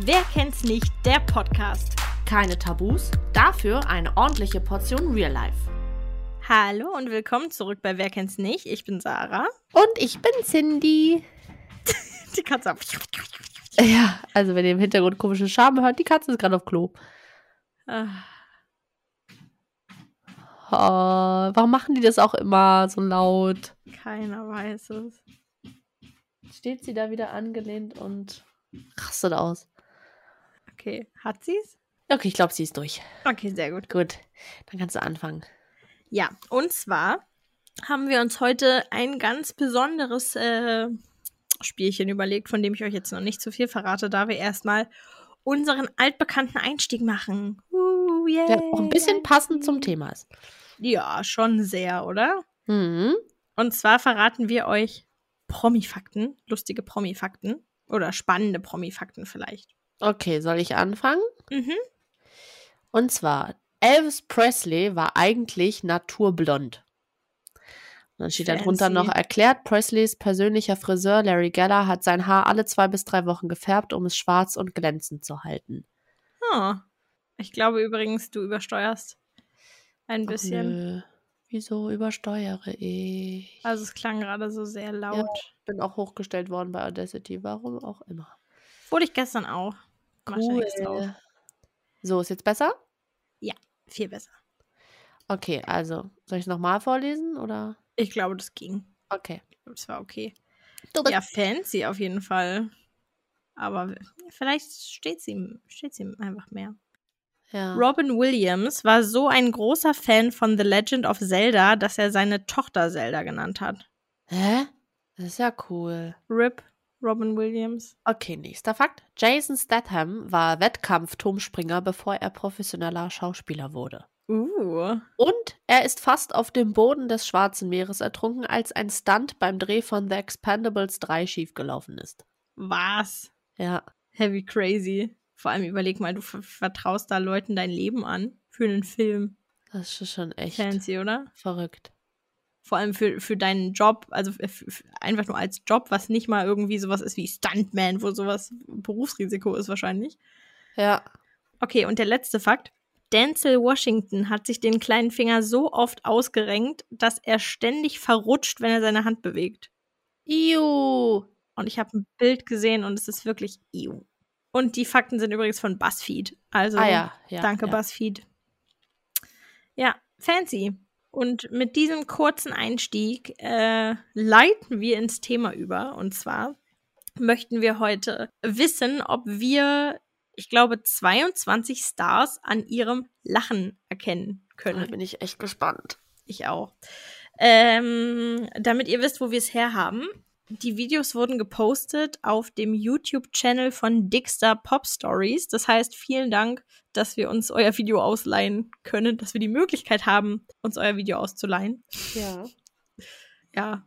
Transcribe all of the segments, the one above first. Wer kennt's nicht? Der Podcast. Keine Tabus, dafür eine ordentliche Portion Real Life. Hallo und willkommen zurück bei Wer kennt's nicht? Ich bin Sarah. Und ich bin Cindy. Die Katze. Ja, also wenn ihr im Hintergrund komische Schaben hört, die Katze ist gerade auf Klo. Ah, Oh, warum machen die das auch immer so laut? Keiner weiß es. Steht sie da wieder angelehnt und rastet aus. Okay, hat sie's? Okay, ich glaube, sie ist durch. Okay, sehr gut. Gut, dann kannst du anfangen. Ja, und zwar haben wir uns heute ein ganz besonderes äh, Spielchen überlegt, von dem ich euch jetzt noch nicht zu viel verrate, da wir erstmal unseren altbekannten Einstieg machen. Uh, yay, Der auch ein bisschen passend zum Einstieg. Thema ist. Ja, schon sehr, oder? Mhm. Und zwar verraten wir euch Promi-Fakten, lustige Promi-Fakten oder spannende Promi-Fakten vielleicht. Okay, soll ich anfangen? Mhm. Und zwar, Elvis Presley war eigentlich naturblond. Und dann steht da drunter Fancy. noch erklärt, Presleys persönlicher Friseur Larry Geller hat sein Haar alle zwei bis drei Wochen gefärbt, um es schwarz und glänzend zu halten. Oh. Ich glaube übrigens, du übersteuerst ein Ach, bisschen. nö. Wieso übersteuere ich? Also es klang gerade so sehr laut. ich bin auch hochgestellt worden bei Audacity, warum auch immer. Wurde ich gestern auch. Macht ja nichts draus. Cool. So, ist jetzt besser? Viel besser. Okay, also, soll ich es nochmal vorlesen oder? Ich glaube, das ging. Okay. Ich glaube, Das war okay. Du Ja, fancy auf jeden Fall. Aber vielleicht steht sie, ihm- steht sie ihm einfach mehr. ja. Robin Williams war so ein großer Fan von The Legend of Zelda, dass er seine Tochter Zelda genannt hat. Hä? Das ist ja cool. Rip, Robin Williams. Okay, nächster Fakt. Jason Statham war Wettkampfturmspringer, bevor er professioneller Schauspieler wurde. Uh. Und er ist fast auf dem Boden des Schwarzen Meeres ertrunken, als ein Stunt beim Dreh von The Expendables 3 schiefgelaufen ist. Was? Ja. Heavy crazy. Vor allem überleg mal, du ver- vertraust da Leuten dein Leben an für einen Film. Das ist schon echt Fancy, oder? verrückt. Vor allem für, für deinen Job, also f- f- einfach nur als Job, was nicht mal irgendwie sowas ist wie Stuntman, wo sowas Berufsrisiko ist wahrscheinlich. Ja. Okay, und der letzte Fakt. Denzel Washington hat sich den kleinen Finger so oft ausgerenkt, dass er ständig verrutscht, wenn er seine Hand bewegt. Iu. Und ich habe ein Bild gesehen und es ist wirklich iu. Und die Fakten sind übrigens von BuzzFeed. Also Ah ja, ja. danke ja. BuzzFeed. Ja, fancy. Und mit diesem kurzen Einstieg äh, leiten wir ins Thema über. Und zwar möchten wir heute wissen, ob wir, ich glaube, 22 Stars an ihrem Lachen erkennen Da können. bin ich echt gespannt. Ich auch. Ähm, damit ihr wisst, wo wir es herhaben. Die Videos wurden gepostet auf dem YouTube-Channel von Dickstar Pop Stories. Das heißt, vielen Dank, dass wir uns euer Video ausleihen können, dass wir die Möglichkeit haben, uns euer Video auszuleihen. Ja. Ja,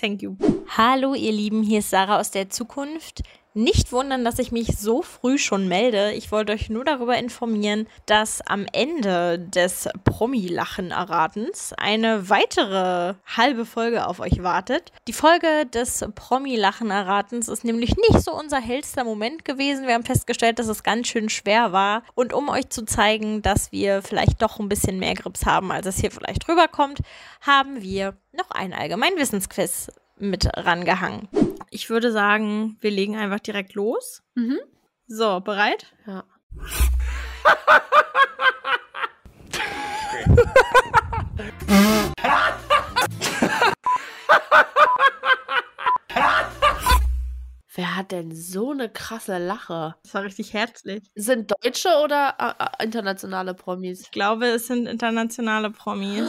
thank you. Hallo, ihr Lieben, hier ist Sarah aus der Zukunft. Nicht wundern, dass ich mich so früh schon melde. Ich wollte euch nur darüber informieren, dass am Ende des Promi-Lachen-Erratens eine weitere halbe Folge auf euch wartet. Die Folge des Promi-Lachen-Erratens ist nämlich nicht so unser hellster Moment gewesen. Wir haben festgestellt, dass es ganz schön schwer war. Und um euch zu zeigen, dass wir vielleicht doch ein bisschen mehr Grips haben, als es hier vielleicht rüberkommt, haben wir noch ein Allgemeinwissensquiz mit rangehangen. Ich würde sagen, wir legen einfach direkt los. Mhm. So, bereit? Ja. Wer hat denn so eine krasse Lache? Das war richtig herzlich. Sind deutsche oder äh, äh, internationale Promis? Ich glaube, es sind internationale Promis.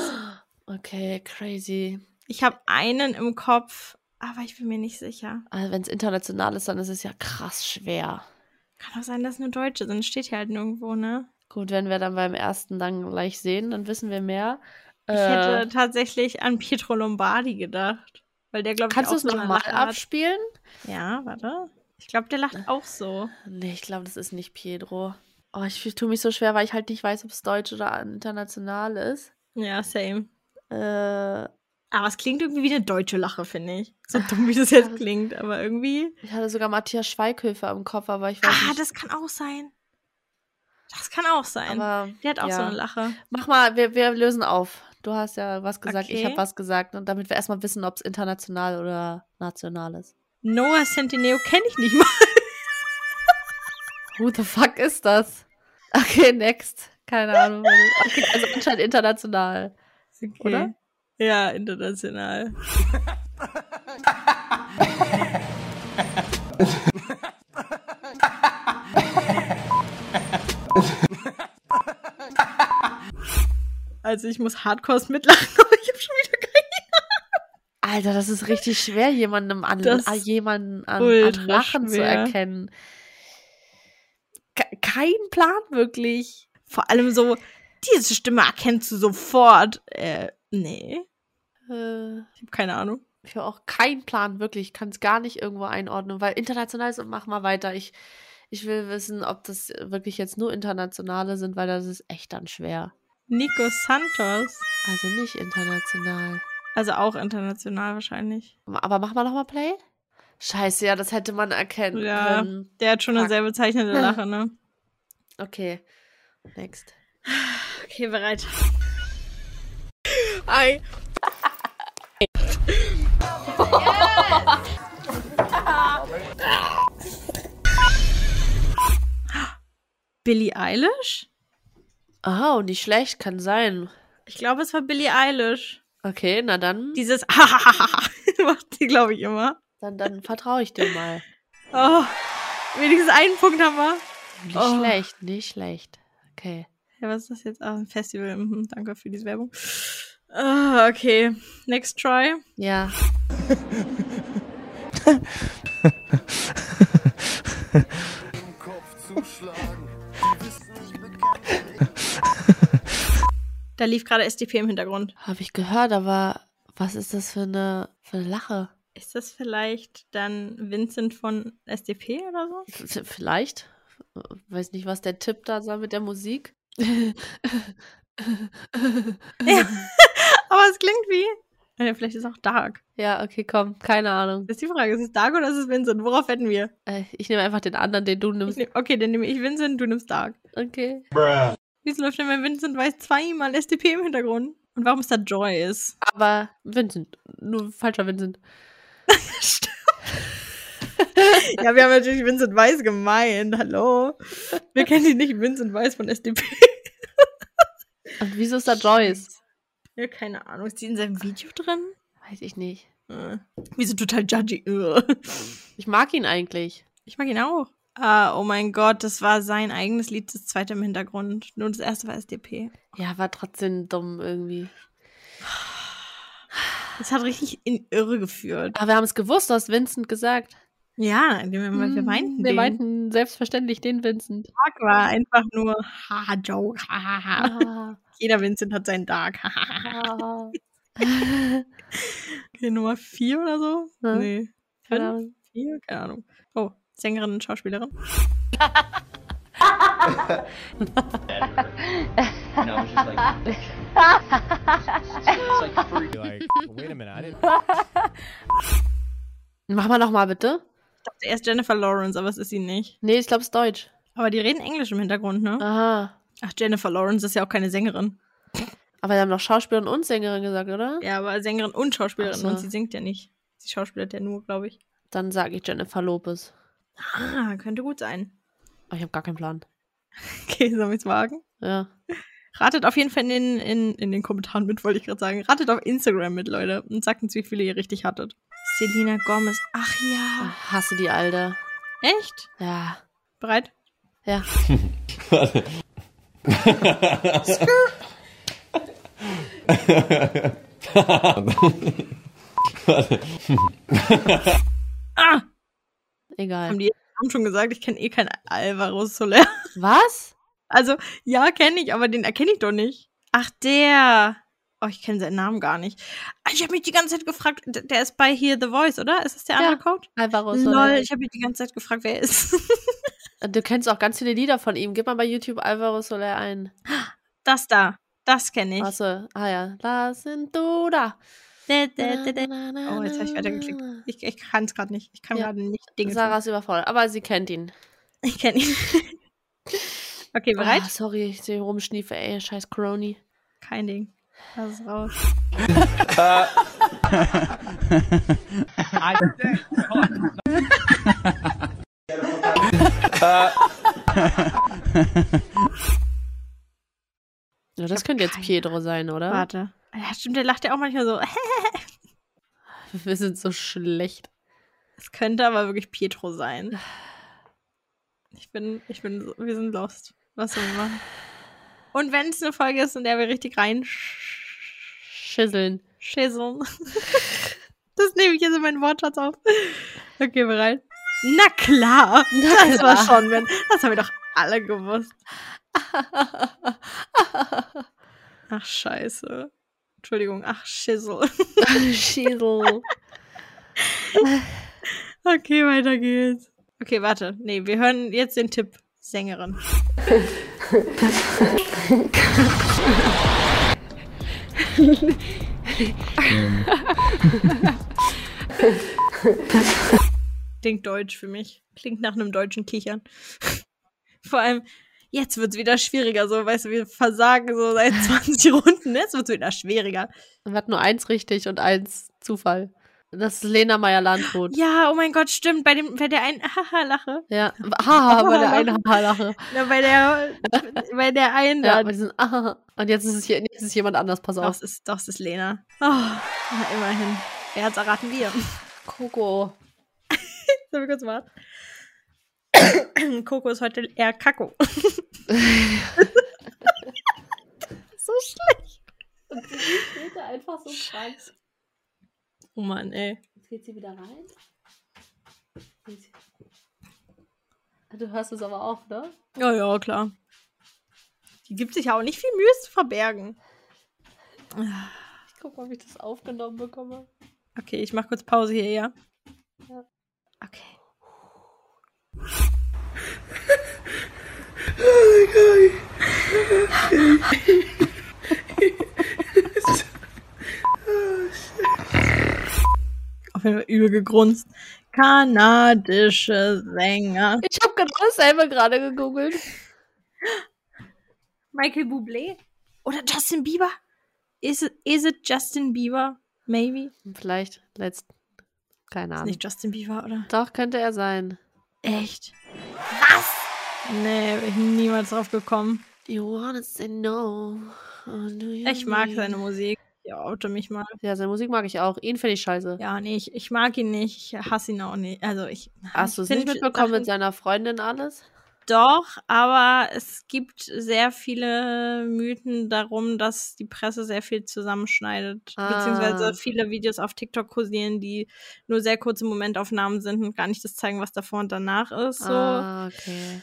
Okay, crazy. Ich habe einen im Kopf, aber ich bin mir nicht sicher. Also wenn es international ist, dann ist es ja krass schwer. Kann auch sein, dass nur Deutsche sind. Steht hier halt nirgendwo, ne? Gut, wenn wir dann beim ersten dann gleich sehen, dann wissen wir mehr. Ich Äh. hätte tatsächlich an Pietro Lombardi gedacht. Weil der, glaube ich, kannst du auch es so eine nochmal Lache hat. abspielen? Ja, warte. Ich glaube, der lacht auch so. Nee, ich glaube, das ist nicht Pedro. Oh, ich tue mich so schwer, weil ich halt nicht weiß, ob es deutsch oder international ist. Ja, same. Äh, Aber Ah, es klingt irgendwie wie eine deutsche Lache, finde ich. So dumm, wie das jetzt klingt, aber irgendwie. Ich hatte sogar Matthias Schweighöfer im Kopf, aber ich weiß Ah, nicht. das kann auch sein. Das kann auch sein. aber Der hat auch ja. so eine Lache. Mach mal, wir, wir lösen auf. Du hast ja was gesagt, ich Okay. habe was gesagt. Und damit wir erstmal wissen, ob es international oder national ist. Noah Centineo kenne ich nicht mal. Who the fuck ist das? Okay, next. Keine Ahnung. wer das- Okay, also anscheinend international. Oder? Ja, international. Also ich muss hardcore mitlachen, aber ich habe schon wieder Alter, das ist richtig schwer, jemandem an, Das an jemanden an, an ultra Lachen zu schwer. erkennen. Ke- Kein Plan wirklich. Vor allem so, diese Stimme erkennst du sofort. Äh, nee. Äh, Ich habe keine Ahnung. ich habe auch keinen Plan wirklich. Ich kann es gar nicht irgendwo einordnen, weil international ist und mach mal weiter. Ich, ich will wissen, ob das wirklich jetzt nur internationale sind, weil das ist echt dann schwer. Nico Santos. Also nicht international. Also auch international wahrscheinlich. Aber machen wir nochmal Play? Scheiße, ja, das hätte man erkennen Ja. können. Der hat schon eine Fuck. sehr bezeichnende Lache, ne? Okay. Next. Okay, bereit. Hi. Billie Eilish? Oh, nicht schlecht, kann sein. Ich glaube, es war Billie Eilish. Okay, na dann, Dieses macht die, glaube ich, immer. dann, dann vertraue ich dir mal. Oh, wenigstens einen Punkt haben wir. Nicht Oh. schlecht, nicht schlecht. Okay. Ja, was ist das jetzt? Ah, ein Festival. Mhm, danke für diese Werbung. Ah, okay, next try. Ja. Da lief gerade SDP im Hintergrund. Habe ich gehört, aber was ist das für eine, für eine Lache? Ist das vielleicht dann Vincent von SDP oder so? V- Vielleicht. Weiß nicht, was der Tipp da sah mit der Musik. Aber es klingt wie. Äh, Vielleicht ist auch Dark. Ja, okay, komm, keine Ahnung. Das ist die Frage, ist es Dark oder ist es Vincent? Worauf wetten wir? Äh, Ich nehme einfach den anderen, den du Ich nimmst. nehm, okay, dann nehme ich Vincent, du nimmst Dark. Okay. Wieso läuft denn, wenn Vincent weiß, zweimal SDP im Hintergrund? Und warum ist da Joyce? Aber Vincent, nur falscher Vincent. ja, wir haben natürlich Vincent Weiß gemeint. Hallo. Wir kennen ihn nicht, Vincent Weiß von SDP. Und wieso ist da Joyce? Ja, keine Ahnung. Ist die in seinem Video drin? Weiß ich nicht. Äh. Wieso total judgy? Äh. Ich mag ihn eigentlich. Ich mag ihn auch. Ah, oh mein Gott, das war sein eigenes Lied, das zweite im Hintergrund. Nur das erste war SDP. Ja, war trotzdem dumm irgendwie. Das hat richtig in Irre geführt. Aber wir haben es gewusst, du hast Vincent gesagt. Ja, indem wir, Hm, wir meinten Mm, Wir den. meinten selbstverständlich den Vincent. Dark war einfach nur haha Joke, hahaha. Ah, Jeder Vincent hat seinen Dark, hahaha. ah. Okay, Nummer vier oder so? Ja. Nee. Fünf, Keine Ahnung. vier, keine Ahnung. Oh, Sängerin und Schauspielerin. And I was just like, it's like free. like, wait a minute, I didn't Mach mal nochmal bitte. Ich dachte erst Jennifer Lawrence, aber es ist sie nicht. Nee, ich glaube, es ist Deutsch. Aber die reden Englisch im Hintergrund, ne? Aha. Ach, Jennifer Lawrence ist ja auch keine Sängerin. Aber wir haben noch Schauspielerin und Sängerin gesagt, oder? Ja, aber Sängerin und Schauspielerin Ach so. und sie singt ja nicht. Sie schauspielert ja nur, glaube ich. Dann sage ich Jennifer Lopez. Ah, könnte gut sein. Aber ich habe gar keinen Plan. Okay, soll ich es wagen? Ja. Ratet auf jeden Fall in den, in, in den Kommentaren mit, wollte ich gerade sagen. Ratet auf Instagram mit, Leute. Und sagt uns, wie viele ihr richtig hattet. Selena Gomez. Ach ja. Ach, hasse die Alter. Echt? Ja. Bereit? Ja. Ah! Egal. Haben die haben schon gesagt, ich kenne eh keinen Alvaro Soler. Was? Also, ja, kenne ich, aber den erkenne ich doch nicht. Ach, der. Oh, ich kenne seinen Namen gar nicht. Ah, Ich habe mich die ganze Zeit gefragt, d- der ist bei Here the Voice, oder? Ist das der Ja. andere Coach? Alvaro Lol, Soler. ich habe mich die ganze Zeit gefragt, wer er ist. Du kennst auch ganz viele Lieder von ihm. Gib mal bei YouTube Alvaro Soler ein. Das da. Das kenne ich. Achso. Ah ja. Da sind du da. Oh, jetzt habe ich weitergeklickt. Ich, ich kann es gerade nicht. Ich kann Ja. gerade nicht Dinge. Sarah ist überfordert, aber sie kennt ihn. tun. Ich kenne ihn. okay, bereit? Ah, sorry, ich sehe rumschniefe, ey, scheiß Crony. Kein Ding. Lass es raus. Ja, das könnte jetzt keine Pietro sein, oder? Warte. Ja, stimmt, der lacht ja auch manchmal so. Wir sind so schlecht. Es könnte aber wirklich Pietro sein. Ich bin, ich bin, so- wir sind lost. Was sollen wir machen? Und wenn es eine Folge ist, in der wir richtig reinschisseln. Schisseln. Das nehme ich jetzt in meinen Wortschatz auf. Okay, bereit? Na klar. das war klar. schon, wenn, das haben wir doch alle gewusst. Ach, scheiße. Entschuldigung, ach, Schissel. Schissel. Okay, weiter geht's. Okay, warte. Nee, wir hören jetzt den Tipp. Sängerin. Klingt deutsch für mich. Klingt nach einem deutschen Kichern. Vor allem, jetzt wird's wieder schwieriger. So, weißt du, wir versagen so seit 20 Runden. ne? Jetzt wird's wieder schwieriger. Wir hatten nur eins richtig und eins Zufall. Das ist Lena Meyer-Landrut. Ja, oh mein Gott, stimmt. Bei dem, bei der einen, haha, lache. Ja. Haha, bei der einen Haarlache. Na, bei der, bei der einen. Ja, da. bei diesen Aha. ah. Und jetzt ist es hier, jetzt ist jemand anders, pass auf. Das ist, das ist Lena. Oh, na, immerhin. Wer hat's erraten? Wir. Coco. Sollen wir kurz warten? Coco ist heute eher Kacko. so schlecht. Und sie steht da einfach so krank. Oh Mann, ey. Jetzt geht sie wieder rein. Geht sie- Ah, Du hörst es aber auch, ne? Ja, ja, klar. Die gibt sich ja auch nicht viel Mühe, es zu verbergen. Ich guck mal, ob ich das aufgenommen bekomme. Okay, ich mach kurz Pause hier, ja? Ja. Okay. Auf jeden Fall übel gegrunzt. Kanadische Sänger. Ich habe genau dasselbe gerade gegoogelt. Michael Bublé? Oder Justin Bieber? Is it, is it Justin Bieber? Maybe. Vielleicht letzt. Keine Ist Ahnung. nicht Justin Bieber, oder? Doch, könnte er sein. Echt? Was? Nee, bin ich niemals drauf gekommen. You wanna say no. or do you Ich mag need- seine Musik. Ja, oute mich mal. Ja, seine Musik mag ich auch. Ihn finde ich scheiße. Ja, nee, ich, ich mag ihn nicht. Ich hasse ihn auch nicht. Also ich. Hast du es ich nicht find mitbekommen mit Sachen- seiner Freundin alles? Doch, aber es gibt sehr viele Mythen darum, dass die Presse sehr viel zusammenschneidet. Ah. Beziehungsweise viele Videos auf TikTok kursieren, die nur sehr kurze Momentaufnahmen sind und gar nicht das zeigen, was davor und danach ist. So. Ah, okay.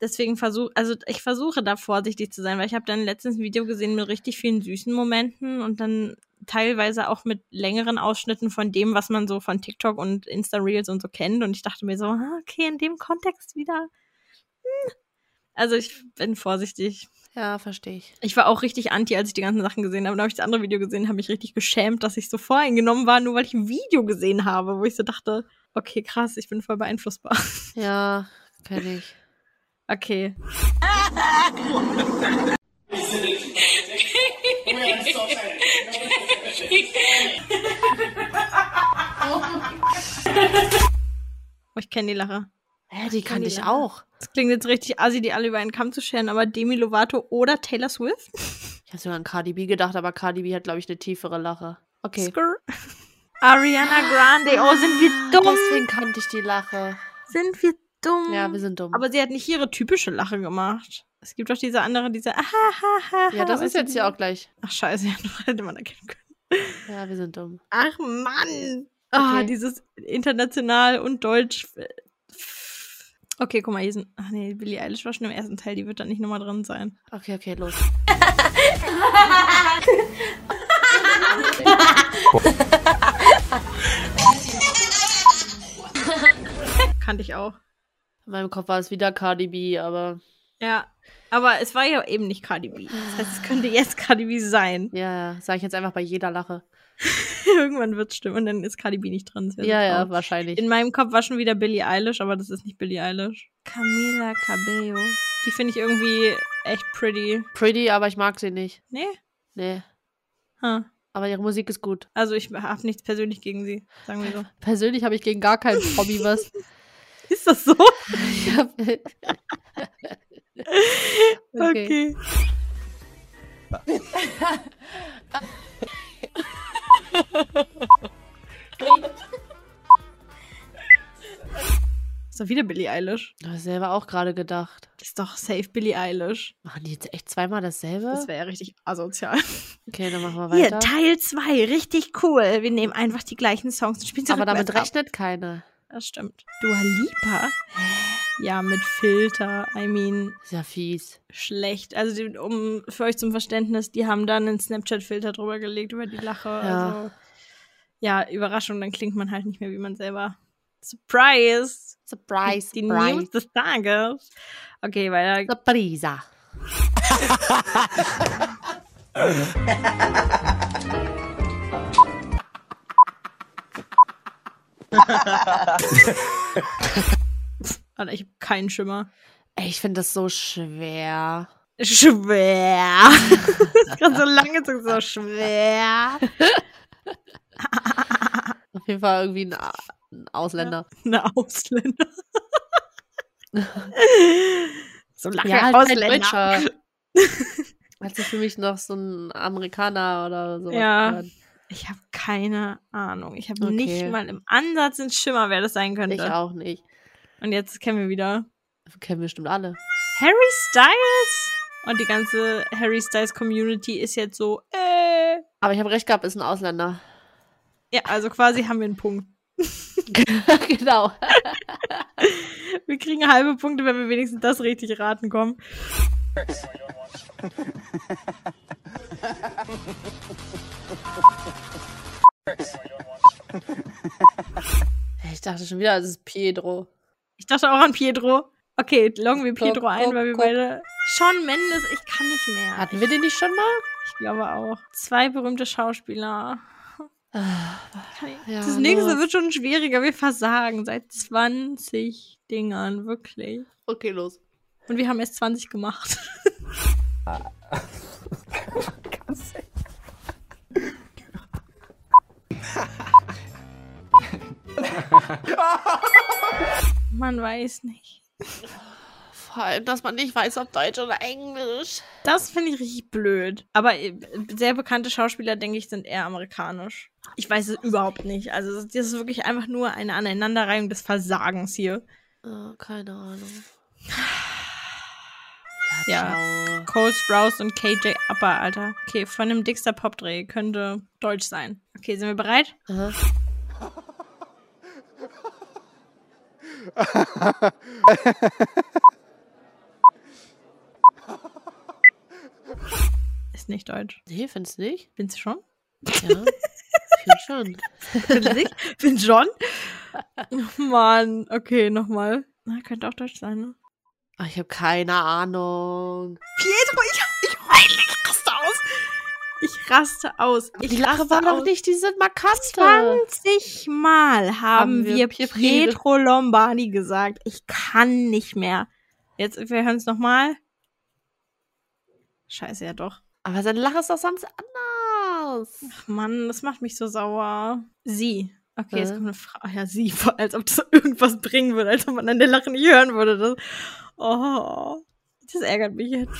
deswegen versuche, also ich versuche da vorsichtig zu sein, weil ich habe dann letztens ein Video gesehen mit richtig vielen süßen Momenten und dann teilweise auch mit längeren Ausschnitten von dem, was man so von TikTok und Insta Reels und so kennt. Und ich dachte mir so, ah, okay, in dem Kontext wieder. hm. Also ich bin vorsichtig. Ja, verstehe ich. Ich war auch richtig anti, als ich die ganzen Sachen gesehen habe. Dann habe ich das andere Video gesehen, habe mich richtig geschämt, dass ich so voreingenommen war, nur weil ich ein Video gesehen habe, wo ich so dachte, okay, krass, ich bin voll beeinflussbar. Ja, kann ich. Okay. Oh, Oh, ich kenne die Lache. Hä, die kannte ich Camila. auch. Das klingt jetzt richtig assi, die alle über einen Kamm zu scheren, aber Demi Lovato oder Taylor Swift? Ich habe sogar an Cardi B gedacht, aber Cardi B hat, glaube ich, eine tiefere Lache. Okay. Skrr. Ariana Grande. Oh, sind wir Ah, dumm. Deswegen kannte ich die Lache. Sind wir dumm. Ja, wir sind dumm. aber sie hat nicht ihre typische Lache gemacht. Es gibt doch diese andere, diese "Ah, Ahahaha. ja, das ist jetzt ja auch gleich. Ach, scheiße, ja, das hätte man erkennen können. Ja, wir sind dumm. Ach Mann. Ah, Okay. dieses international und deutsch. äh, Okay, guck mal, hier sind. Ach nee, Billie Eilish war schon im ersten Teil, die wird da nicht nochmal drin sein. Okay, okay, los. Kannte ich auch. In meinem Kopf war es wieder Cardi B, aber Ja. Aber es Ah. war ja eben nicht Cardi B. Das heißt, es könnte jetzt Cardi B sein. ja, ja, sage ich jetzt einfach bei jeder Lache. Irgendwann wird es stimmen und dann ist Cardi B nicht drin. Das wär so Ja, ja, traurig. wahrscheinlich. In meinem Kopf war schon wieder Billie Eilish, aber das ist nicht Billie Eilish. Camila Cabello. Die finde ich irgendwie echt pretty. Pretty, aber ich mag sie nicht. Nee? Nee. Huh. Aber ihre Musik ist gut. Also ich habe nichts persönlich gegen sie, sagen wir so. Persönlich habe ich gegen gar kein Hobby was. Ist das so? Ich hab- okay. Ist doch wieder Billie Eilish. Hab ich selber auch gerade gedacht. Das ist doch safe Billie Eilish. Machen die jetzt echt zweimal dasselbe? Das wäre ja richtig asozial. okay, dann machen wir Hier, weiter. Teil 2, richtig cool. Wir nehmen einfach die gleichen Songs und spielen sie aber damit rückwärts ab. rechnet keiner. Das stimmt. Dua Lipa? Ja, mit Filter. I mean, Ist ja fies. schlecht. Also die, um für euch zum Verständnis, die haben dann einen Snapchat-Filter drüber gelegt über die Lache. Ja. Also ja, Überraschung, dann klingt man halt nicht mehr wie man selber. Surprise! Surprise, Die News des Tages. Okay, weiter. Surprise. Alter, ich habe keinen Schimmer. Ey, ich finde das so schwer. Schwer. das ist gerade so lange gezogen, so schwer. Auf jeden Fall irgendwie ein, A- ein Ausländer. Eine Ausländer. so lange halt kein Ausländer. Deutscher. Hat sich für mich noch so ein Amerikaner oder so. Ja. Ich habe keine Ahnung. Ich habe Okay. nicht mal im Ansatz einen Schimmer, wer das sein könnte. Ich auch nicht. Und jetzt kennen wir wieder Kennen bestimmt alle. Harry Styles. Und die ganze Harry Styles Community ist jetzt so, äh. Aber ich habe recht gehabt, ist ein Ausländer. Ja, also quasi haben wir einen Punkt. genau. Wir kriegen halbe Punkte, wenn wir wenigstens das richtig raten kommen. Ich dachte schon wieder, es ist Pedro. Ich dachte auch an Pietro. Okay, loggen wir Pietro Guck, ein, guck, weil wir guck. beide. Sean Mendes, ich kann nicht mehr. Hatten wir den nicht schon mal? Ich glaube auch. Zwei berühmte Schauspieler. Kann ich- Ah, Ja, das nächste los. wird schon schwieriger. Wir versagen seit 20 Dingern, wirklich. Okay, los. Und wir haben erst 20 gemacht. Man weiß nicht. Vor allem, dass man nicht weiß, ob Deutsch oder Englisch. Das finde ich richtig blöd. Aber äh, sehr bekannte Schauspieler, denke ich, sind eher amerikanisch. Ich weiß es überhaupt nicht. Also, das ist wirklich einfach nur eine Aneinanderreihung des Versagens hier. Ah, keine Ahnung. Ja. Ciao. Cole Sprouse und KJ Upper, Alter. Okay, von dem Dickster Popdreh könnte deutsch sein. Okay, sind wir bereit? Aha. Ist nicht deutsch. Nee, findest du nicht? Bin's schon? Ja. Find schon. Bin's nicht? Bin's schon? Mann, okay, nochmal. Na, könnte auch deutsch sein, ne? Ah, ich habe keine Ahnung. Pietro, ich, ich heule, ich raste aus. Ich raste aus. Ich die Lache raste war doch aus. nicht, die sind markante. 20 Mal haben, Haben wir wir Pietro- Pietro Lombardi gesagt. Ich kann nicht mehr. Jetzt, wir hören es nochmal. Scheiße, ja doch. Aber seine Lache ist doch sonst anders. Ach Mann, das macht mich so sauer. Sie. Okay, jetzt Äh? kommt eine Frau. Ach Ja, sie, als ob das irgendwas bringen würde, als ob man an der Lache nicht hören würde. Das, oh, das ärgert mich jetzt.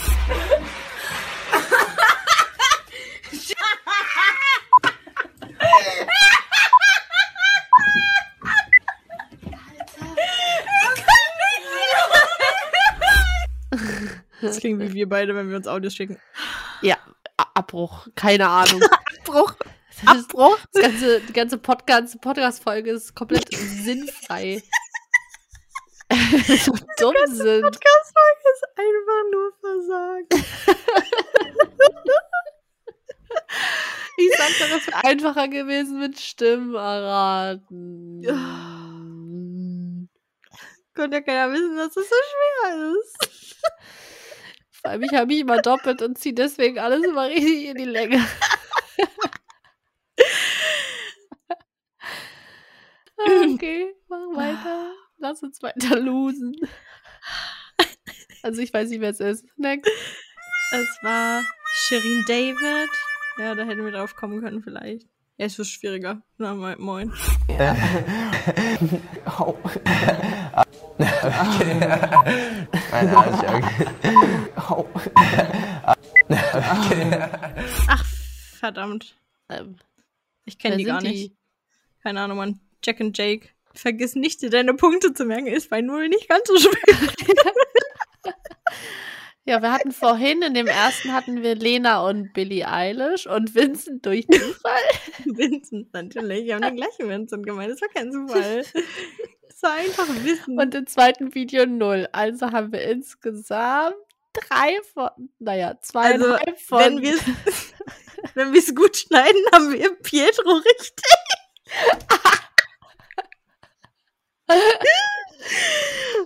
Das klingt wie wir beide, wenn wir uns Audios schicken. Ja, A- Abbruch. Keine Ahnung. Bruch. Das ist- Das ganze, die ganze Pod ganze Podcast-Folge ist komplett sinnfrei. so dumm sind. Podcast-Folge ist einfach nur versagt. Ich sag doch, es wäre einfacher gewesen mit Stimmen erraten. Konnte ja keiner wissen, dass das so schwer ist. Vor allem, ich habe mich immer doppelt und ziehe deswegen alles immer richtig in die Länge. Ah, Okay, mach weiter. Lass uns weiter losen. Also ich weiß nicht, wer es ist. Next. Es war Shirin David. Ja, da hätten wir drauf kommen können vielleicht. Ja, es wird schwieriger. Na, mo- moin. Oh. Okay. Nein, alles okay. Oh. Okay. Ach, verdammt. Ähm, Ich kenne wer die gar sind nicht. Keine Ahnung, Mann. Jack and Jake. Vergiss nicht, dir deine Punkte zu merken. Ist bei Null nicht ganz so schwer. Ja, wir hatten vorhin, in dem ersten hatten wir Lena und Billie Eilish und Vincent durch Zufall. Vincent, natürlich. Wir haben den gleichen Vincent gemeint. Das war kein Zufall. Das war einfach Wissen. Und im zweiten Video null. Also haben wir insgesamt drei von, naja, zweieinhalb von. wenn wir wenn wir es gut schneiden, haben wir Pietro richtig.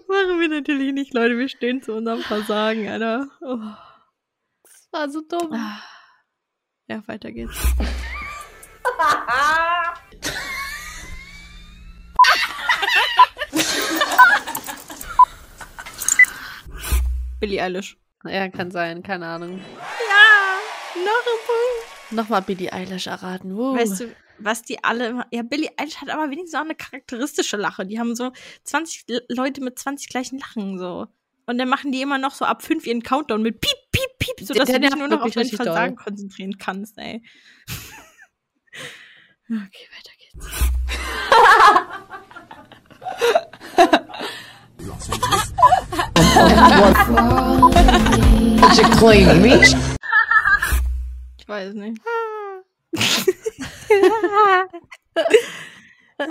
Machen wir natürlich nicht, Leute. Wir stehen zu unserem Versagen, Alter. Oh. das war so dumm. Ja, weiter geht's. Billie Eilish. Ja, kann sein, keine Ahnung. Noch ein Punkt. Nochmal Billie Eilish erraten. Wuh. Weißt du, was die alle immer. Ja, Billie Eilish hat aber wenigstens auch eine charakteristische Lache. Die haben so 20 L- Leute mit 20 gleichen Lachen so. Und dann machen die immer noch so ab 5 ihren Countdown mit Piep, Piep, Piep, sodass Der du dich nervt nur noch auf wirklich dein richtig doll. Versagen konzentrieren kannst, ey. okay, weiter geht's. Ich weiß nicht.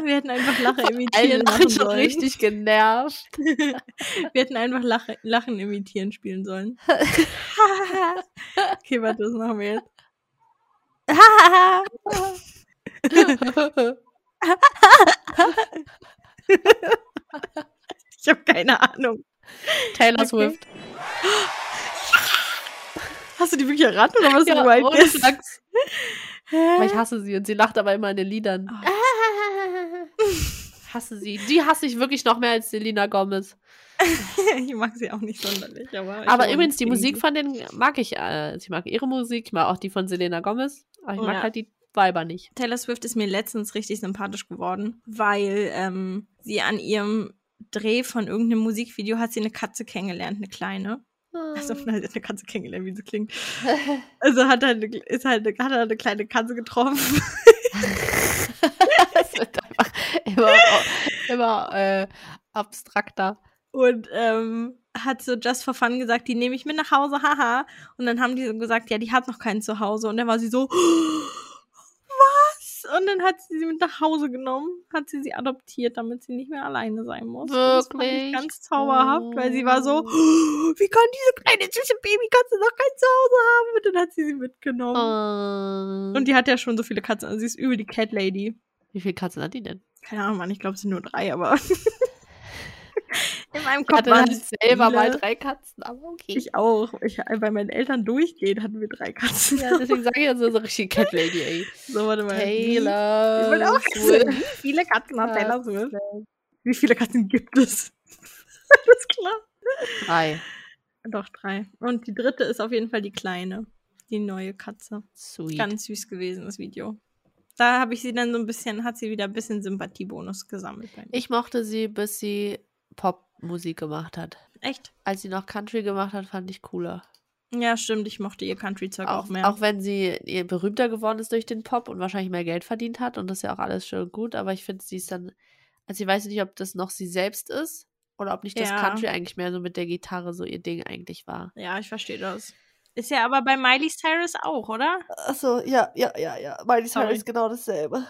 Wir hätten einfach Lache imitieren Eilish machen hat schon sollen. richtig genervt. Wir hätten einfach Lache, Lachen imitieren spielen sollen. okay, warte, das machen wir jetzt. ich habe keine Ahnung. Taylor Okay. Swift. Hast du die wirklich erraten oder was Ja, du right ohne bist? Flachs. Weil ich hasse sie und sie lacht aber immer in den Liedern. Ah. Ah. hasse sie. Die hasse ich wirklich noch mehr als Selena Gomez. ich mag sie auch nicht sonderlich. Aber, ich Aber hab übrigens, auch die nichts Musik gegen von denen mag ich. Äh, ich mag ihre Musik, ich mag auch die von Selena Gomez. Aber ich mag Ja. halt die Weiber nicht. sie. Taylor Swift ist mir letztens richtig sympathisch geworden, weil ähm, sie an ihrem Dreh von irgendeinem Musikvideo hat sie eine Katze kennengelernt, eine kleine. Also, Mhm. nein, sie hat eine Katze kennengelernt, wie sie klingt. Also hat halt eine, ist halt eine, hat halt eine kleine Katze getroffen. Das wird einfach immer, immer äh, abstrakter. und ähm, hat so just for fun gesagt, die nehme ich mit nach Hause, haha. Und dann haben die so gesagt, ja, die hat noch keinen zu Hause. Und dann war sie so, was? Und dann hat sie sie mit nach Hause genommen, hat sie sie adoptiert, damit sie nicht mehr alleine sein muss. Und Das fand ich Wirklich? ganz zauberhaft, weil sie war so, Oh. wie kann diese kleine süße Babykatze noch kein Zuhause haben? Und dann hat sie sie mitgenommen. Oh. Und Und die hat ja schon so viele Katzen. Also sie ist übel die Cat Lady. Wie viele Katzen hat die denn? Keine Ahnung, Mann, ich glaube, es sind nur drei, aber. In meinem Ich Kopf hatte waren halt es selber viele. mal drei Katzen, aber okay. Ich auch. Ich, bei meinen Eltern durchgehend hatten wir drei Katzen. ja, deswegen sage ich ja so, so richtig Cat Lady, ey. so, warte mal. Wie- Ich wollte Taylor. auch wissen, wie viele Katzen hat Taylor Swift? Wie viele Katzen gibt es? Alles klar. Drei. Doch, drei. Und die dritte ist auf jeden Fall die kleine. Die neue Katze. Sweet. Ganz süß gewesen, das Video. Da habe ich sie dann so ein bisschen, hat sie wieder ein bisschen Sympathiebonus gesammelt bei mir. Ich mochte sie, bis sie Popmusik gemacht hat. Echt? Als sie noch Country gemacht hat, fand ich cooler. Ja, stimmt. Ich mochte ihr Country-Zeug auch, Auch, mehr. auch wenn sie ihr berühmter geworden ist durch den Pop und wahrscheinlich mehr Geld verdient hat und das ist ja auch alles schön und gut, aber ich finde, sie ist dann, also ich weiß nicht, ob das noch sie selbst ist oder ob nicht das Ja. Country eigentlich mehr so mit der Gitarre so ihr Ding eigentlich war. ja, ich verstehe das. Ist ja aber bei Miley Cyrus auch, oder? Achso, ja, ja, ja, ja. Miley Sorry. ist genau dasselbe.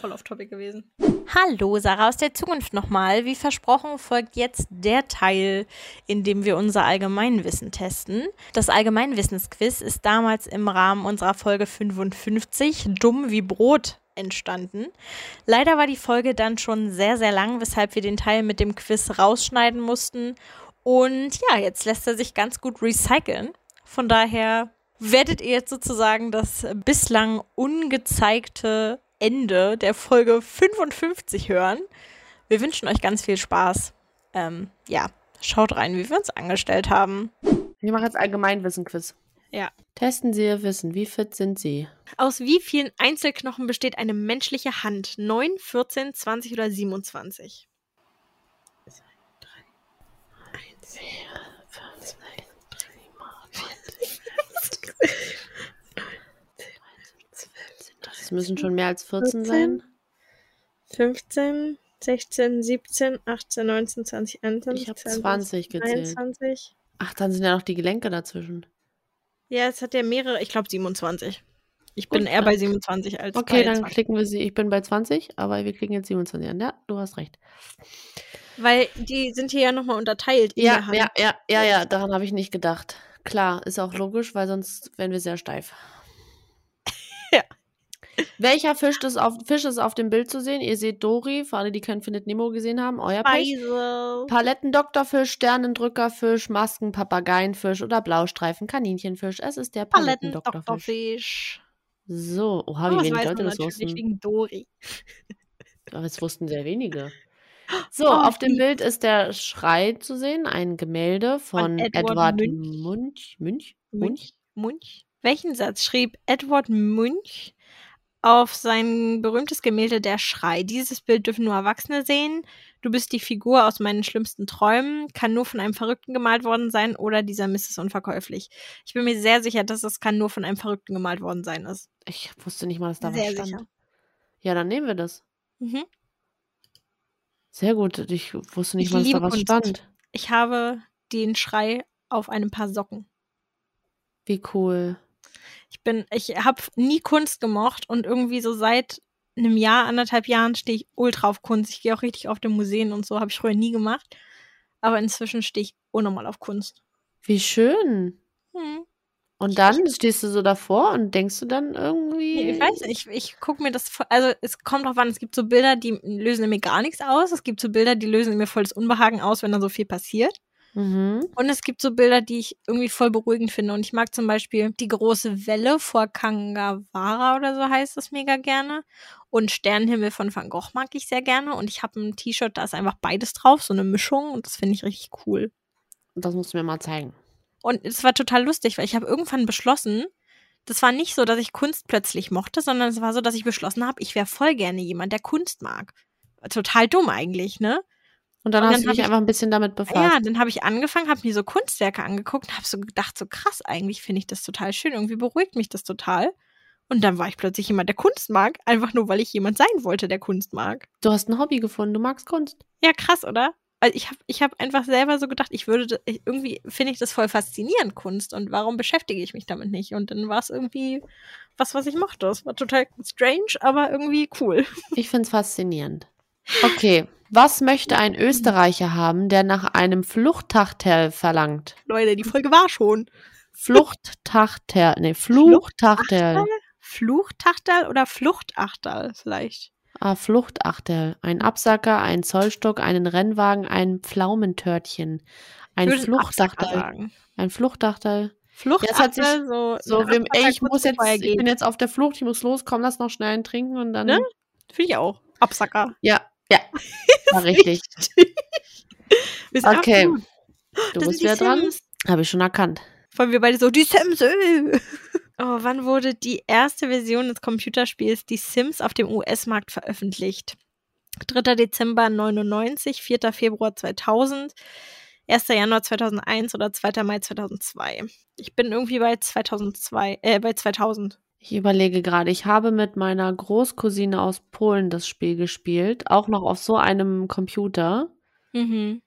Voll auf Topic gewesen. Hallo Sarah aus der Zukunft nochmal. Wie versprochen folgt jetzt der Teil, in dem wir unser Allgemeinwissen testen. Das Allgemeinwissensquiz ist damals im Rahmen unserer Folge 55 Dumm wie Brot entstanden. Leider war die Folge dann schon sehr, sehr lang, weshalb wir den Teil mit dem Quiz rausschneiden mussten. Und ja, jetzt lässt er sich ganz gut recyceln. Von daher werdet ihr jetzt sozusagen das bislang ungezeigte Ende der Folge 55 hören. Wir wünschen euch ganz viel Spaß. Ähm, ja, schaut rein, wie wir uns angestellt haben. Wir machen jetzt Allgemeinwissen-Quiz. Ja. Testen Sie Ihr Wissen. Wie fit sind Sie? Aus wie vielen Einzelknochen besteht eine menschliche Hand? 9, 14, 20 oder 27? 2, 3, 1, 4, 5, 6, 7, 8, 9, 10, 11, 12. Das müssen schon mehr als 14 sein. 15, 16, 17, 18, 19, 20, 21. Ich habe 20 gezählt. 21. Ach, dann sind ja noch die Gelenke dazwischen. Ja, es hat ja mehrere, ich glaube 27. Ich bin eher bei 27 als bei Okay, dann klicken wir sie. Ich bin bei 20, aber wir klicken jetzt 27 an. Ja, du hast recht. Weil die sind hier ja nochmal unterteilt. in der Ja, Hand. ja, ja, ja, ja, daran habe ich nicht gedacht. Klar, ist auch logisch, weil sonst wären wir sehr steif. Ja. Welcher Fisch ist, auf, Fisch ist auf dem Bild zu sehen? Ihr seht Dory, für alle, die kein Findet Nemo gesehen haben, euer Pech. Weise. Palettendoktorfisch, Sternendrückerfisch, Masken, Papageienfisch oder Blaustreifen, Kaninchenfisch. Es ist der Paletten, Palettendoktorfisch. Doktorfisch. So, oh, oha, Aber wie Oh, das wenig weiß Leute man das natürlich wussten. wegen Dori. Aber es wussten sehr wenige. So, Oh, auf dem wie- Bild ist der Schrei zu sehen, ein Gemälde von, Edward Edward Munch. Munch. Munch? Munch? Munch? Munch? Welchen Satz schrieb Edward Munch auf sein berühmtes Gemälde Der Schrei? Dieses Bild dürfen nur Erwachsene sehen. Du bist die Figur aus meinen schlimmsten Träumen. Kann nur von einem Verrückten gemalt worden sein oder dieser Mist ist unverkäuflich. Ich bin mir sehr sicher, dass es kann nur von einem Verrückten gemalt worden sein ist. Ich wusste nicht mal, dass da Sehr was stand. sicher. Ja, dann nehmen wir das. Mhm. Sehr gut. Ich wusste nicht Ich mal, dass da liebe was Kunst. stand. Ich habe den Schrei auf einem Paar Socken. Wie cool. Ich bin, ich habe nie Kunst gemocht und irgendwie so seit einem Jahr, anderthalb Jahren stehe ich ultra auf Kunst. Ich gehe auch richtig auf den Museen und so, habe ich früher nie gemacht. Aber inzwischen stehe ich unnormal auf Kunst. Wie schön. Hm. Und dann stehst du so davor und denkst du dann irgendwie. Ich weiß nicht, ich, ich gucke mir das, vo- also es kommt drauf an, es gibt so Bilder, die lösen in mir gar nichts aus. Es gibt so Bilder, die lösen in mir voll das Unbehagen aus, wenn da so viel passiert. Mhm. Und es gibt so Bilder, die ich irgendwie voll beruhigend finde. Und ich mag zum Beispiel die große Welle vor Kangawara oder so heißt das mega gerne. Und Sternenhimmel von Van Gogh mag ich sehr gerne. Und ich habe ein T-Shirt, da ist einfach beides drauf, so eine Mischung. Und das finde ich richtig cool. Das musst du mir mal zeigen. Und es war total lustig, weil ich habe irgendwann beschlossen, das war nicht so, dass ich Kunst plötzlich mochte, sondern es war so, dass ich beschlossen habe, ich wäre voll gerne jemand, der Kunst mag. Total dumm eigentlich, ne? Und dann Und hast dann du dich hab ich- Ah, einfach ein bisschen damit Ja, befasst. dann habe ich angefangen, habe mir so Kunstwerke angeguckt und habe so gedacht, so krass, eigentlich finde ich das total schön, irgendwie beruhigt mich das total. Und dann war ich plötzlich jemand, der Kunst mag, einfach nur, weil ich jemand sein wollte, der Kunst mag. Du hast ein Hobby gefunden, du magst Kunst. Ja, krass, oder? Also ich habe ich hab einfach selber so gedacht, ich würde, da- ich, irgendwie finde ich das voll faszinierend, Kunst. Und warum beschäftige ich mich damit nicht? Und dann war es irgendwie was, was ich mochte. Es war total strange, aber irgendwie cool. Ich find's faszinierend. Okay. Was möchte ein Österreicher haben, der nach einem Fluchttachtel verlangt? Leute, die Folge war schon. Fluchttachtel, nee, Fluchtachtel. Fluchtachtal oder Fluchtachtal vielleicht? Ah, Fluchtachtel. Ein Absacker, ein Zollstock, einen Rennwagen, ein Pflaumentörtchen. Ein Ich würde einen Absacker Fluchtachtel. sagen. Ein Fluchtachtel. Flucht Ja, es hat sich- so, So, wir, ey, ich muss jetzt, ich bin Finde jetzt auf der Flucht, ich muss los, komm, lass noch schnell einen trinken und dann. Ne? ich auch. Absacker. Ja, ja. War richtig. Wir sind Okay. absolut- Du Das bist sind die wieder dran. Sims. Habe ich schon erkannt. Weil wir beide so, die Sims. Äh. Oh, wann wurde die erste Version des Computerspiels Die Sims auf dem US-Markt veröffentlicht? 3. Dezember 99, 4. Februar 2000, 1. Januar 2001 oder 2. Mai 2002. Ich bin irgendwie bei 2002, äh, bei 2000. Ich überlege gerade, ich habe mit meiner Großcousine aus Polen das Spiel gespielt, auch noch auf so einem Computer. Mhm.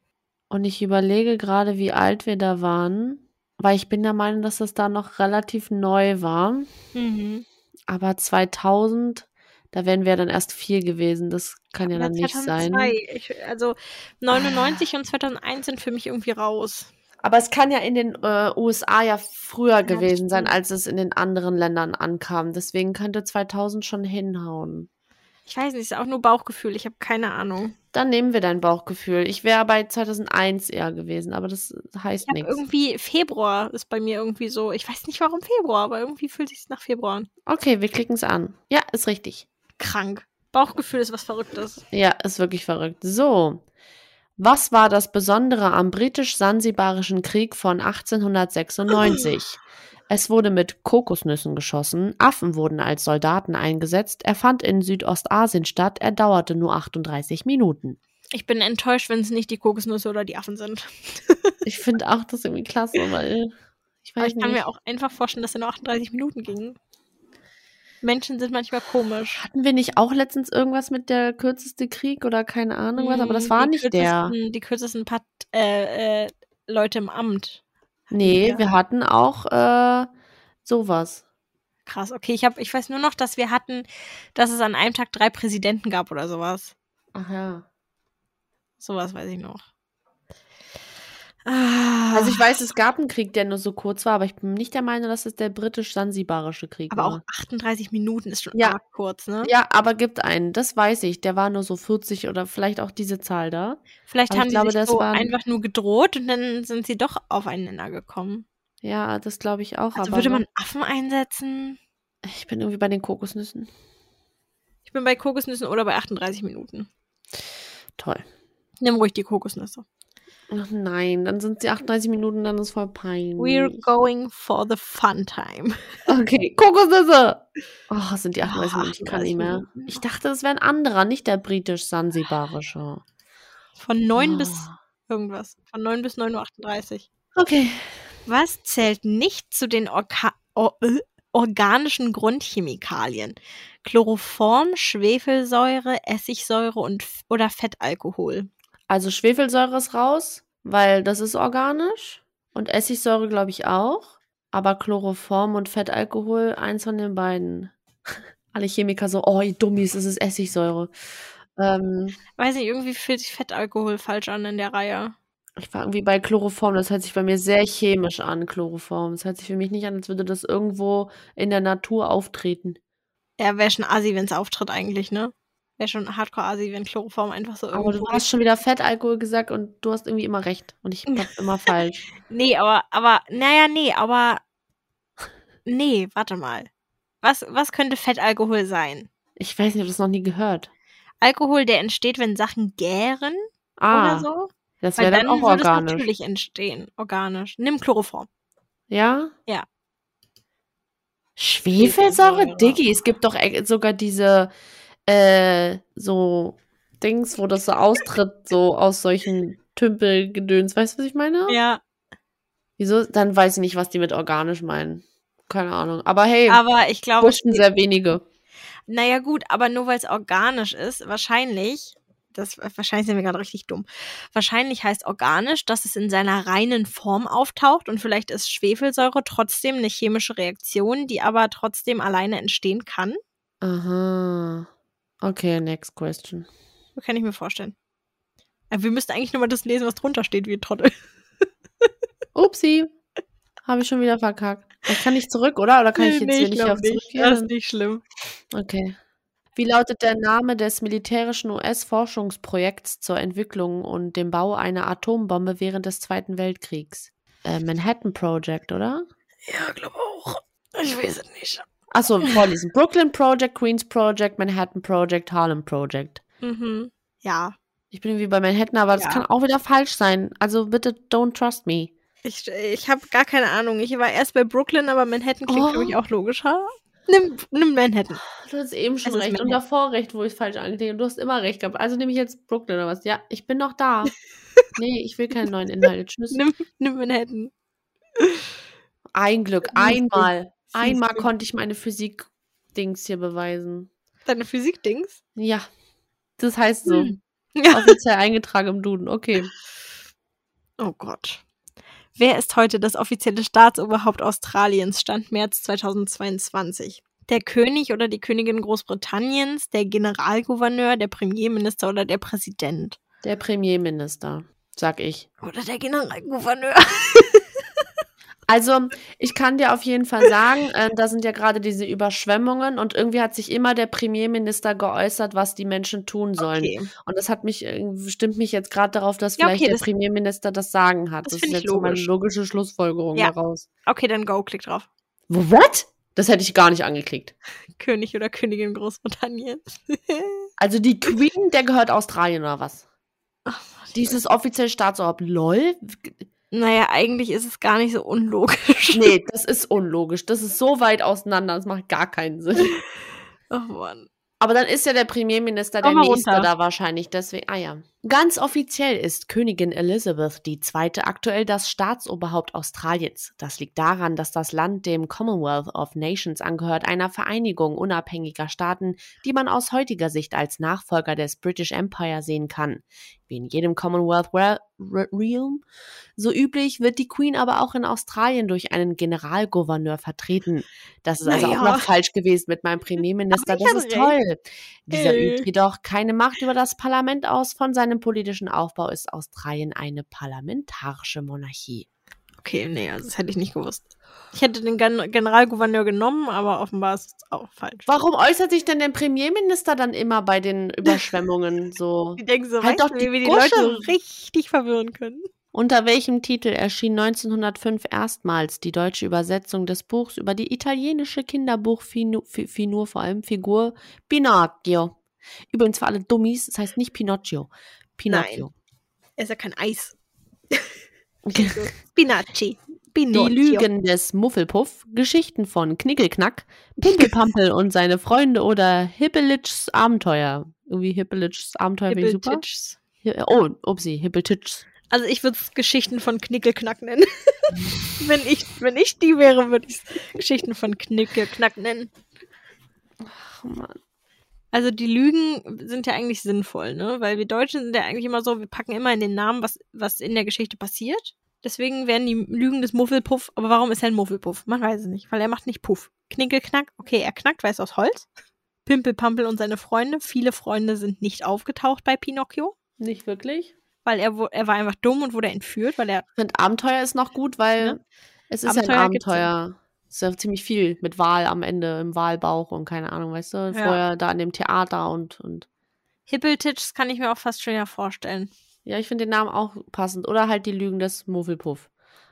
Und ich überlege gerade, wie alt wir da waren, weil ich bin der Meinung, dass das da noch relativ neu war. Mhm. Aber 2000, da wären wir dann erst vier gewesen. Das kann ja Oder dann nicht sein. 2002. Ich, also 99 und 2001 sind für mich irgendwie raus. Aber es kann ja in den äh, USA ja früher das gewesen sein, stimmt. als es in den anderen Ländern ankam. Deswegen könnte 2000 schon hinhauen. Ich weiß nicht, ist auch nur Bauchgefühl. Ich habe keine Ahnung. Dann nehmen wir dein Bauchgefühl. Ich wäre bei 2001 eher gewesen, aber das heißt Ich habe nichts. irgendwie Februar ist bei mir irgendwie so. Ich weiß nicht warum Februar, aber irgendwie fühlt sich nach Februar an. Okay, wir klicken es an. Ja, ist richtig. krank. Bauchgefühl ist was Verrücktes. Ja, ist wirklich verrückt. So. Was war das Besondere am britisch-sansibarischen Krieg von 1896? Es wurde mit Kokosnüssen geschossen, Affen wurden als Soldaten eingesetzt, er fand in Südostasien statt, er dauerte nur 38 Minuten. Ich bin enttäuscht, wenn es nicht die Kokosnüsse oder die Affen sind. ich finde auch das irgendwie klasse, weil ich weiß Aber ich nicht. kann mir auch einfach vorstellen, dass er nur 38 Minuten ging. Menschen sind manchmal komisch. Hatten wir nicht auch letztens irgendwas mit der kürzeste Krieg oder keine Ahnung was, aber das war Hm, die nicht der. Die kürzesten Pat äh, äh, Leute im Amt. Nee, ja. wir hatten auch äh, sowas. Krass, okay. Ich, hab, ich weiß nur noch, dass wir hatten, dass es an einem Tag drei Präsidenten gab oder sowas. Ach ja. Sowas weiß ich noch. Ah. Also ich weiß, es gab einen Krieg, der nur so kurz war, aber ich bin nicht der Meinung, dass es der britisch-sansibarische Krieg aber war. Aber auch 38 Minuten ist schon ja. kurz, ne? Ja, aber gibt einen, das weiß ich. Der war nur so 40 oder vielleicht auch diese Zahl da. Vielleicht aber haben die glaube, sich so waren... einfach nur gedroht und dann sind sie doch aufeinander gekommen. Ja, das glaube ich auch. ne, Also würde man Affen einsetzen? Ich bin irgendwie bei den Kokosnüssen. Ich bin bei Kokosnüssen oder bei 38 Minuten. Toll. Nimm ruhig die Kokosnüsse. Ach nein, dann sind sie 38 Minuten, dann ist voll peinlich. We're going for the fun time. Okay, Kokosnüsse. Oh, sind die 38 oh, Minuten, ich kann nicht mehr. Ich dachte, das wäre ein anderer, nicht der britisch-sansibarische. Ah. Von 9 oh. bis irgendwas. Von 9 bis 9.38 Uhr. Okay. Was zählt nicht zu den Orka Or äh, organischen Grundchemikalien? Chloroform, Schwefelsäure, Essigsäure und oder Fettalkohol. Also Schwefelsäure ist raus, weil das ist organisch. Und Essigsäure, glaube ich, auch. Aber Chloroform und Fettalkohol, eins von den beiden. Alle Chemiker so, oh, ihr Dummies, es ist Essigsäure. Ähm, Weiß nicht, irgendwie fühlt sich Fettalkohol falsch an in der Reihe. Ich war irgendwie bei Chloroform, das hört sich bei mir sehr chemisch an, Chloroform. Das hört sich für mich nicht an, als würde das irgendwo in der Natur auftreten. Ja, wäre schon assi, wenn es auftritt eigentlich, ne? wäre schon Hardcore-Asi, wenn Chloroform einfach so irgendwo. Aber du hast schon wieder Fettalkohol gesagt und du hast irgendwie immer recht und ich hab immer falsch. Nee, aber, aber, naja, nee, aber. Nee, warte mal. Was, was könnte Fettalkohol sein? Ich weiß nicht, ich habe das noch nie gehört. Alkohol, der entsteht, wenn Sachen gären ah, oder so. Das wäre dann, dann auch würde organisch. Es natürlich entstehen, organisch. Nimm Chloroform. Ja? Ja. Schwefelsäure? Diggi, es gibt doch e-, sogar diese, äh, so Dings, wo das so austritt, so aus solchen Tümpelgedöns. Weißt du, was ich meine? Ja. Wieso? Dann weiß ich nicht, was die mit organisch meinen. Keine Ahnung. Aber hey, aber ich glaube, wussten sehr wenige. Naja, gut, aber nur weil es organisch ist, wahrscheinlich, das, äh, wahrscheinlich sind wir gerade richtig dumm. Wahrscheinlich heißt organisch, dass es in seiner reinen Form auftaucht und vielleicht ist Schwefelsäure trotzdem eine chemische Reaktion, die aber trotzdem alleine entstehen kann. Aha. Okay, next question. So kann ich mir vorstellen. Aber wir müssten eigentlich nur mal das lesen, was drunter steht, wie Trottel. Upsi. Habe ich schon wieder verkackt. Ich kann nicht zurück, oder? Oder kann nee, ich jetzt nee, hier ich nicht auf nicht. zurückgehen? Das ist nicht schlimm. Okay. Wie lautet der Name des militärischen US-Forschungsprojekts zur Entwicklung und dem Bau einer Atombombe während des Zweiten Weltkriegs? Äh, Manhattan Project, oder? Ja, glaube auch. Ich weiß es nicht. Achso, vorlesen. Brooklyn Project, Queens Project, Manhattan Project, Harlem Project. Mhm. Ja. Ich bin irgendwie bei Manhattan, aber das ja. kann auch wieder falsch sein. Also bitte don't trust me. Ich, ich habe gar keine Ahnung. Ich war erst bei Brooklyn, aber Manhattan klingt oh. für mich auch logischer. Nimm, nimm Manhattan. Du hast eben schon recht Manhattan. und davor recht, wo ich es falsch angeklickt habe. Du hast immer recht gehabt. Also nehme ich jetzt Brooklyn oder was? Ja, ich bin noch da. nee, ich will keine neuen Inhalte. Tschüss. Nimm, nimm Manhattan. Ein Glück, einmal. Einmal konnte ich meine Physik-Dings hier beweisen. Deine Physik-Dings? Ja. Das heißt so. Hm. Ja. Offiziell eingetragen im Duden, okay. Oh Gott. Wer ist heute das offizielle Staatsoberhaupt Australiens, Stand März 2022? Der König oder die Königin Großbritanniens, der Generalgouverneur, der Premierminister oder der Präsident? Der Premierminister, sag ich. Oder der Generalgouverneur. Also, ich kann dir auf jeden Fall sagen, äh, da sind ja gerade diese Überschwemmungen und irgendwie hat sich immer der Premierminister geäußert, was die Menschen tun sollen. Okay. Und das hat mich, äh, stimmt mich jetzt gerade darauf, dass ja, vielleicht okay, der das Premierminister das Sagen hat. Das, das ist jetzt logisch. meine logische Schlussfolgerung ja. daraus. Okay, dann go, klick drauf. What? Das hätte ich gar nicht angeklickt. König oder Königin Großbritannien. also die Queen, der gehört Australien oder was? Ach, Dieses offiziell Staatsoberhaupt, lol. naja, eigentlich ist es gar nicht so unlogisch. Nee, das ist unlogisch. Das ist so weit auseinander, das macht gar keinen Sinn. Oh Mann. Aber dann ist ja der Premierminister der Komm mal Nächste runter. da wahrscheinlich, deswegen, ah ja. Ganz offiziell ist Königin Elizabeth II. aktuell das Staatsoberhaupt Australiens. Das liegt daran, dass das Land dem Commonwealth of Nations angehört, einer Vereinigung unabhängiger Staaten, die man aus heutiger Sicht als Nachfolger des British Empire sehen kann. Wie in jedem Commonwealth Re Re Realm so üblich, wird die Queen aber auch in Australien durch einen Generalgouverneur vertreten. Das ist also Naja. auch noch falsch gewesen mit meinem Premierminister. Aber Das ich hatte ist toll. Dieser Äh. übt jedoch keine Macht über das Parlament aus. Von seinem politischen Aufbau ist Australien eine parlamentarische Monarchie. Okay, nee, also das hätte ich nicht gewusst. Ich hätte den Gen Generalgouverneur genommen, aber offenbar ist es auch falsch. Warum äußert sich denn der Premierminister dann immer bei den Überschwemmungen so? Ich denke so, weißt Halt doch du, die wie wir die Gusche. Leute so richtig verwirren können. Unter welchem Titel erschien 1905 erstmals die deutsche Übersetzung des Buchs über die italienische Kinderbuchfigur, vor allem Figur Pinocchio? Übrigens für alle Dummies, es das heißt nicht Pinocchio. Pinocchio. Er ist ja kein Eis. Spinacci. Die Pinocchio. Lügen des Muffelpuff, Geschichten von Knickelknack, Pimpelpampel und seine Freunde oder Hippelitschs Abenteuer. Irgendwie Hippelitschs Abenteuer finde ich super. Hippeltitschs. Hi- Oh, upsi, Hippeltitschs. Also ich würde es Geschichten von Knickelknack nennen. wenn, ich, wenn ich die wäre, würde ich es Geschichten von Knickelknack nennen. Ach man. Also die Lügen sind ja eigentlich sinnvoll, ne? Weil wir Deutschen sind ja eigentlich immer so, wir packen immer in den Namen, was, was in der Geschichte passiert. Deswegen werden die Lügen des Muffelpuff, aber warum ist er ein Muffelpuff? Man weiß es nicht, weil er macht nicht Puff. Knickelknack, okay, er knackt, weil es aus Holz. Pimpelpampel und seine Freunde, viele Freunde sind nicht aufgetaucht bei Pinocchio, Nicht wirklich? weil er, wo- er war einfach dumm und wurde entführt, weil er Und Abenteuer ist noch gut, weil Ne? es ist Abenteuer ein gibt's Abenteuer. Es ist ja ziemlich viel mit Wahl am Ende, im Wahlbauch und keine Ahnung, weißt du? Vorher da in dem Theater und. und Hippeltitsch kann ich mir auch fast schon ja vorstellen. ja, ich finde den Namen auch passend. Oder halt die Lügen des Muffelpuff.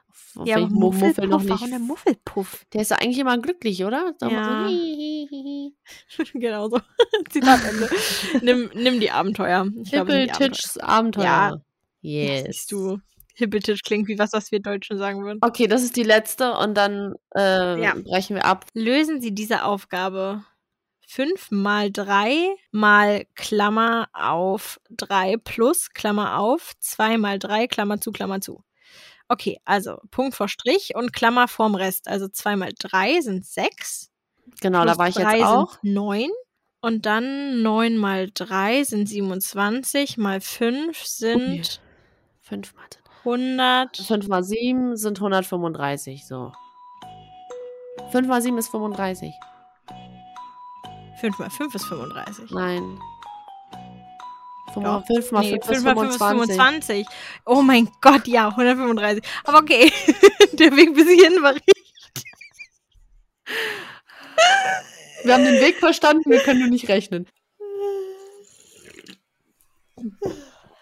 Auf- auf Ja, wenn aber ich Mu- Muffelpuff, Muffel noch warum nicht der Muffelpuff? Der ist ja eigentlich immer glücklich, oder? Sag mal so, Ja. hihihihi. genau so. Zitat Ende. nimm, nimm die Abenteuer. Ich glaube, nimm die Abenteuer. Hippeltitschs Abenteuer. Das Yes. siehst du. Hippeltisch klingt wie was, was wir Deutschen sagen würden. Okay, das ist die letzte und dann äh, Ja. brechen wir ab. Lösen Sie diese Aufgabe. 5 mal 3 mal Klammer auf 3 plus Klammer auf 2 mal 3 Klammer zu Klammer zu. Okay, also Punkt vor Strich und Klammer vorm Rest. Also 2 mal 3 sind 6. Genau, da Plus war ich drei jetzt auch. Sind 9. Und dann 9 mal 3 sind 27, mal Oh 5 sind Fünf mal, 100. fünf mal sieben sind 135, so. Fünf mal sieben ist 35. 5 mal 5 ist 35. Nein. Fünf Doch. mal fünf mal Nee, fünf 5 ist mal 5 ist 25. 25. Oh mein Gott, ja, 135. Aber okay, der Weg bis hierhin war richtig. Wir haben den Weg verstanden, wir können nur nicht rechnen.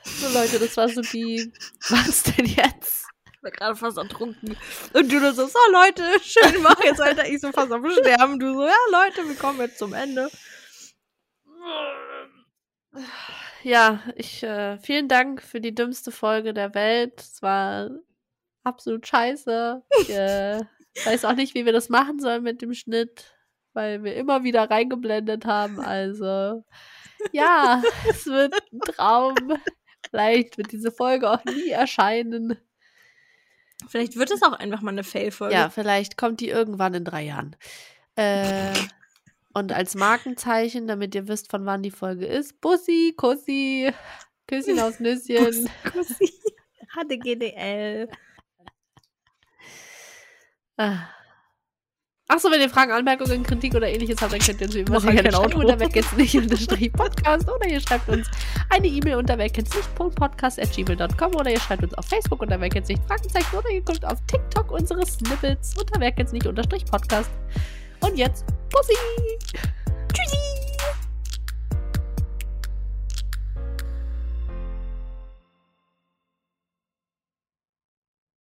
So Leute, das war so die. Was denn jetzt? Ich war gerade fast ertrunken. Und du nur so, so Leute, schön mach jetzt, Alter. Ich so fast am Sterben. Du so, ja Leute, wir kommen jetzt zum Ende. Ja, ich äh, vielen Dank für die dümmste Folge der Welt. Es war absolut scheiße. Ich äh, weiß auch nicht, wie wir das machen sollen mit dem Schnitt, weil wir immer wieder reingeblendet haben. Also ja, es wird ein Traum. Vielleicht wird diese Folge auch nie erscheinen. Vielleicht wird es auch einfach mal eine Fail-Folge. Ja, vielleicht kommt die irgendwann in drei Jahren. Äh, und als Markenzeichen, damit ihr wisst, von wann die Folge ist, Bussi, Kussi, Küsschen aus Nüsschen. Kussi. Hatte GDL. Achso, wenn ihr Fragen, Anmerkungen, Kritik oder ähnliches habt, dann könnt ihr uns über Mach halt kein Outro. unter wer kennt's nicht unterstrich Podcast oder ihr schreibt uns eine E-Mail unter wer kennt's nicht Podcast at gmail.com oder ihr schreibt uns auf Facebook unter wer kennt's nicht Fragezeichen oder ihr guckt auf TikTok unsere Snippets unter wer kennt's nicht unterstrich Podcast. Und jetzt Bussi!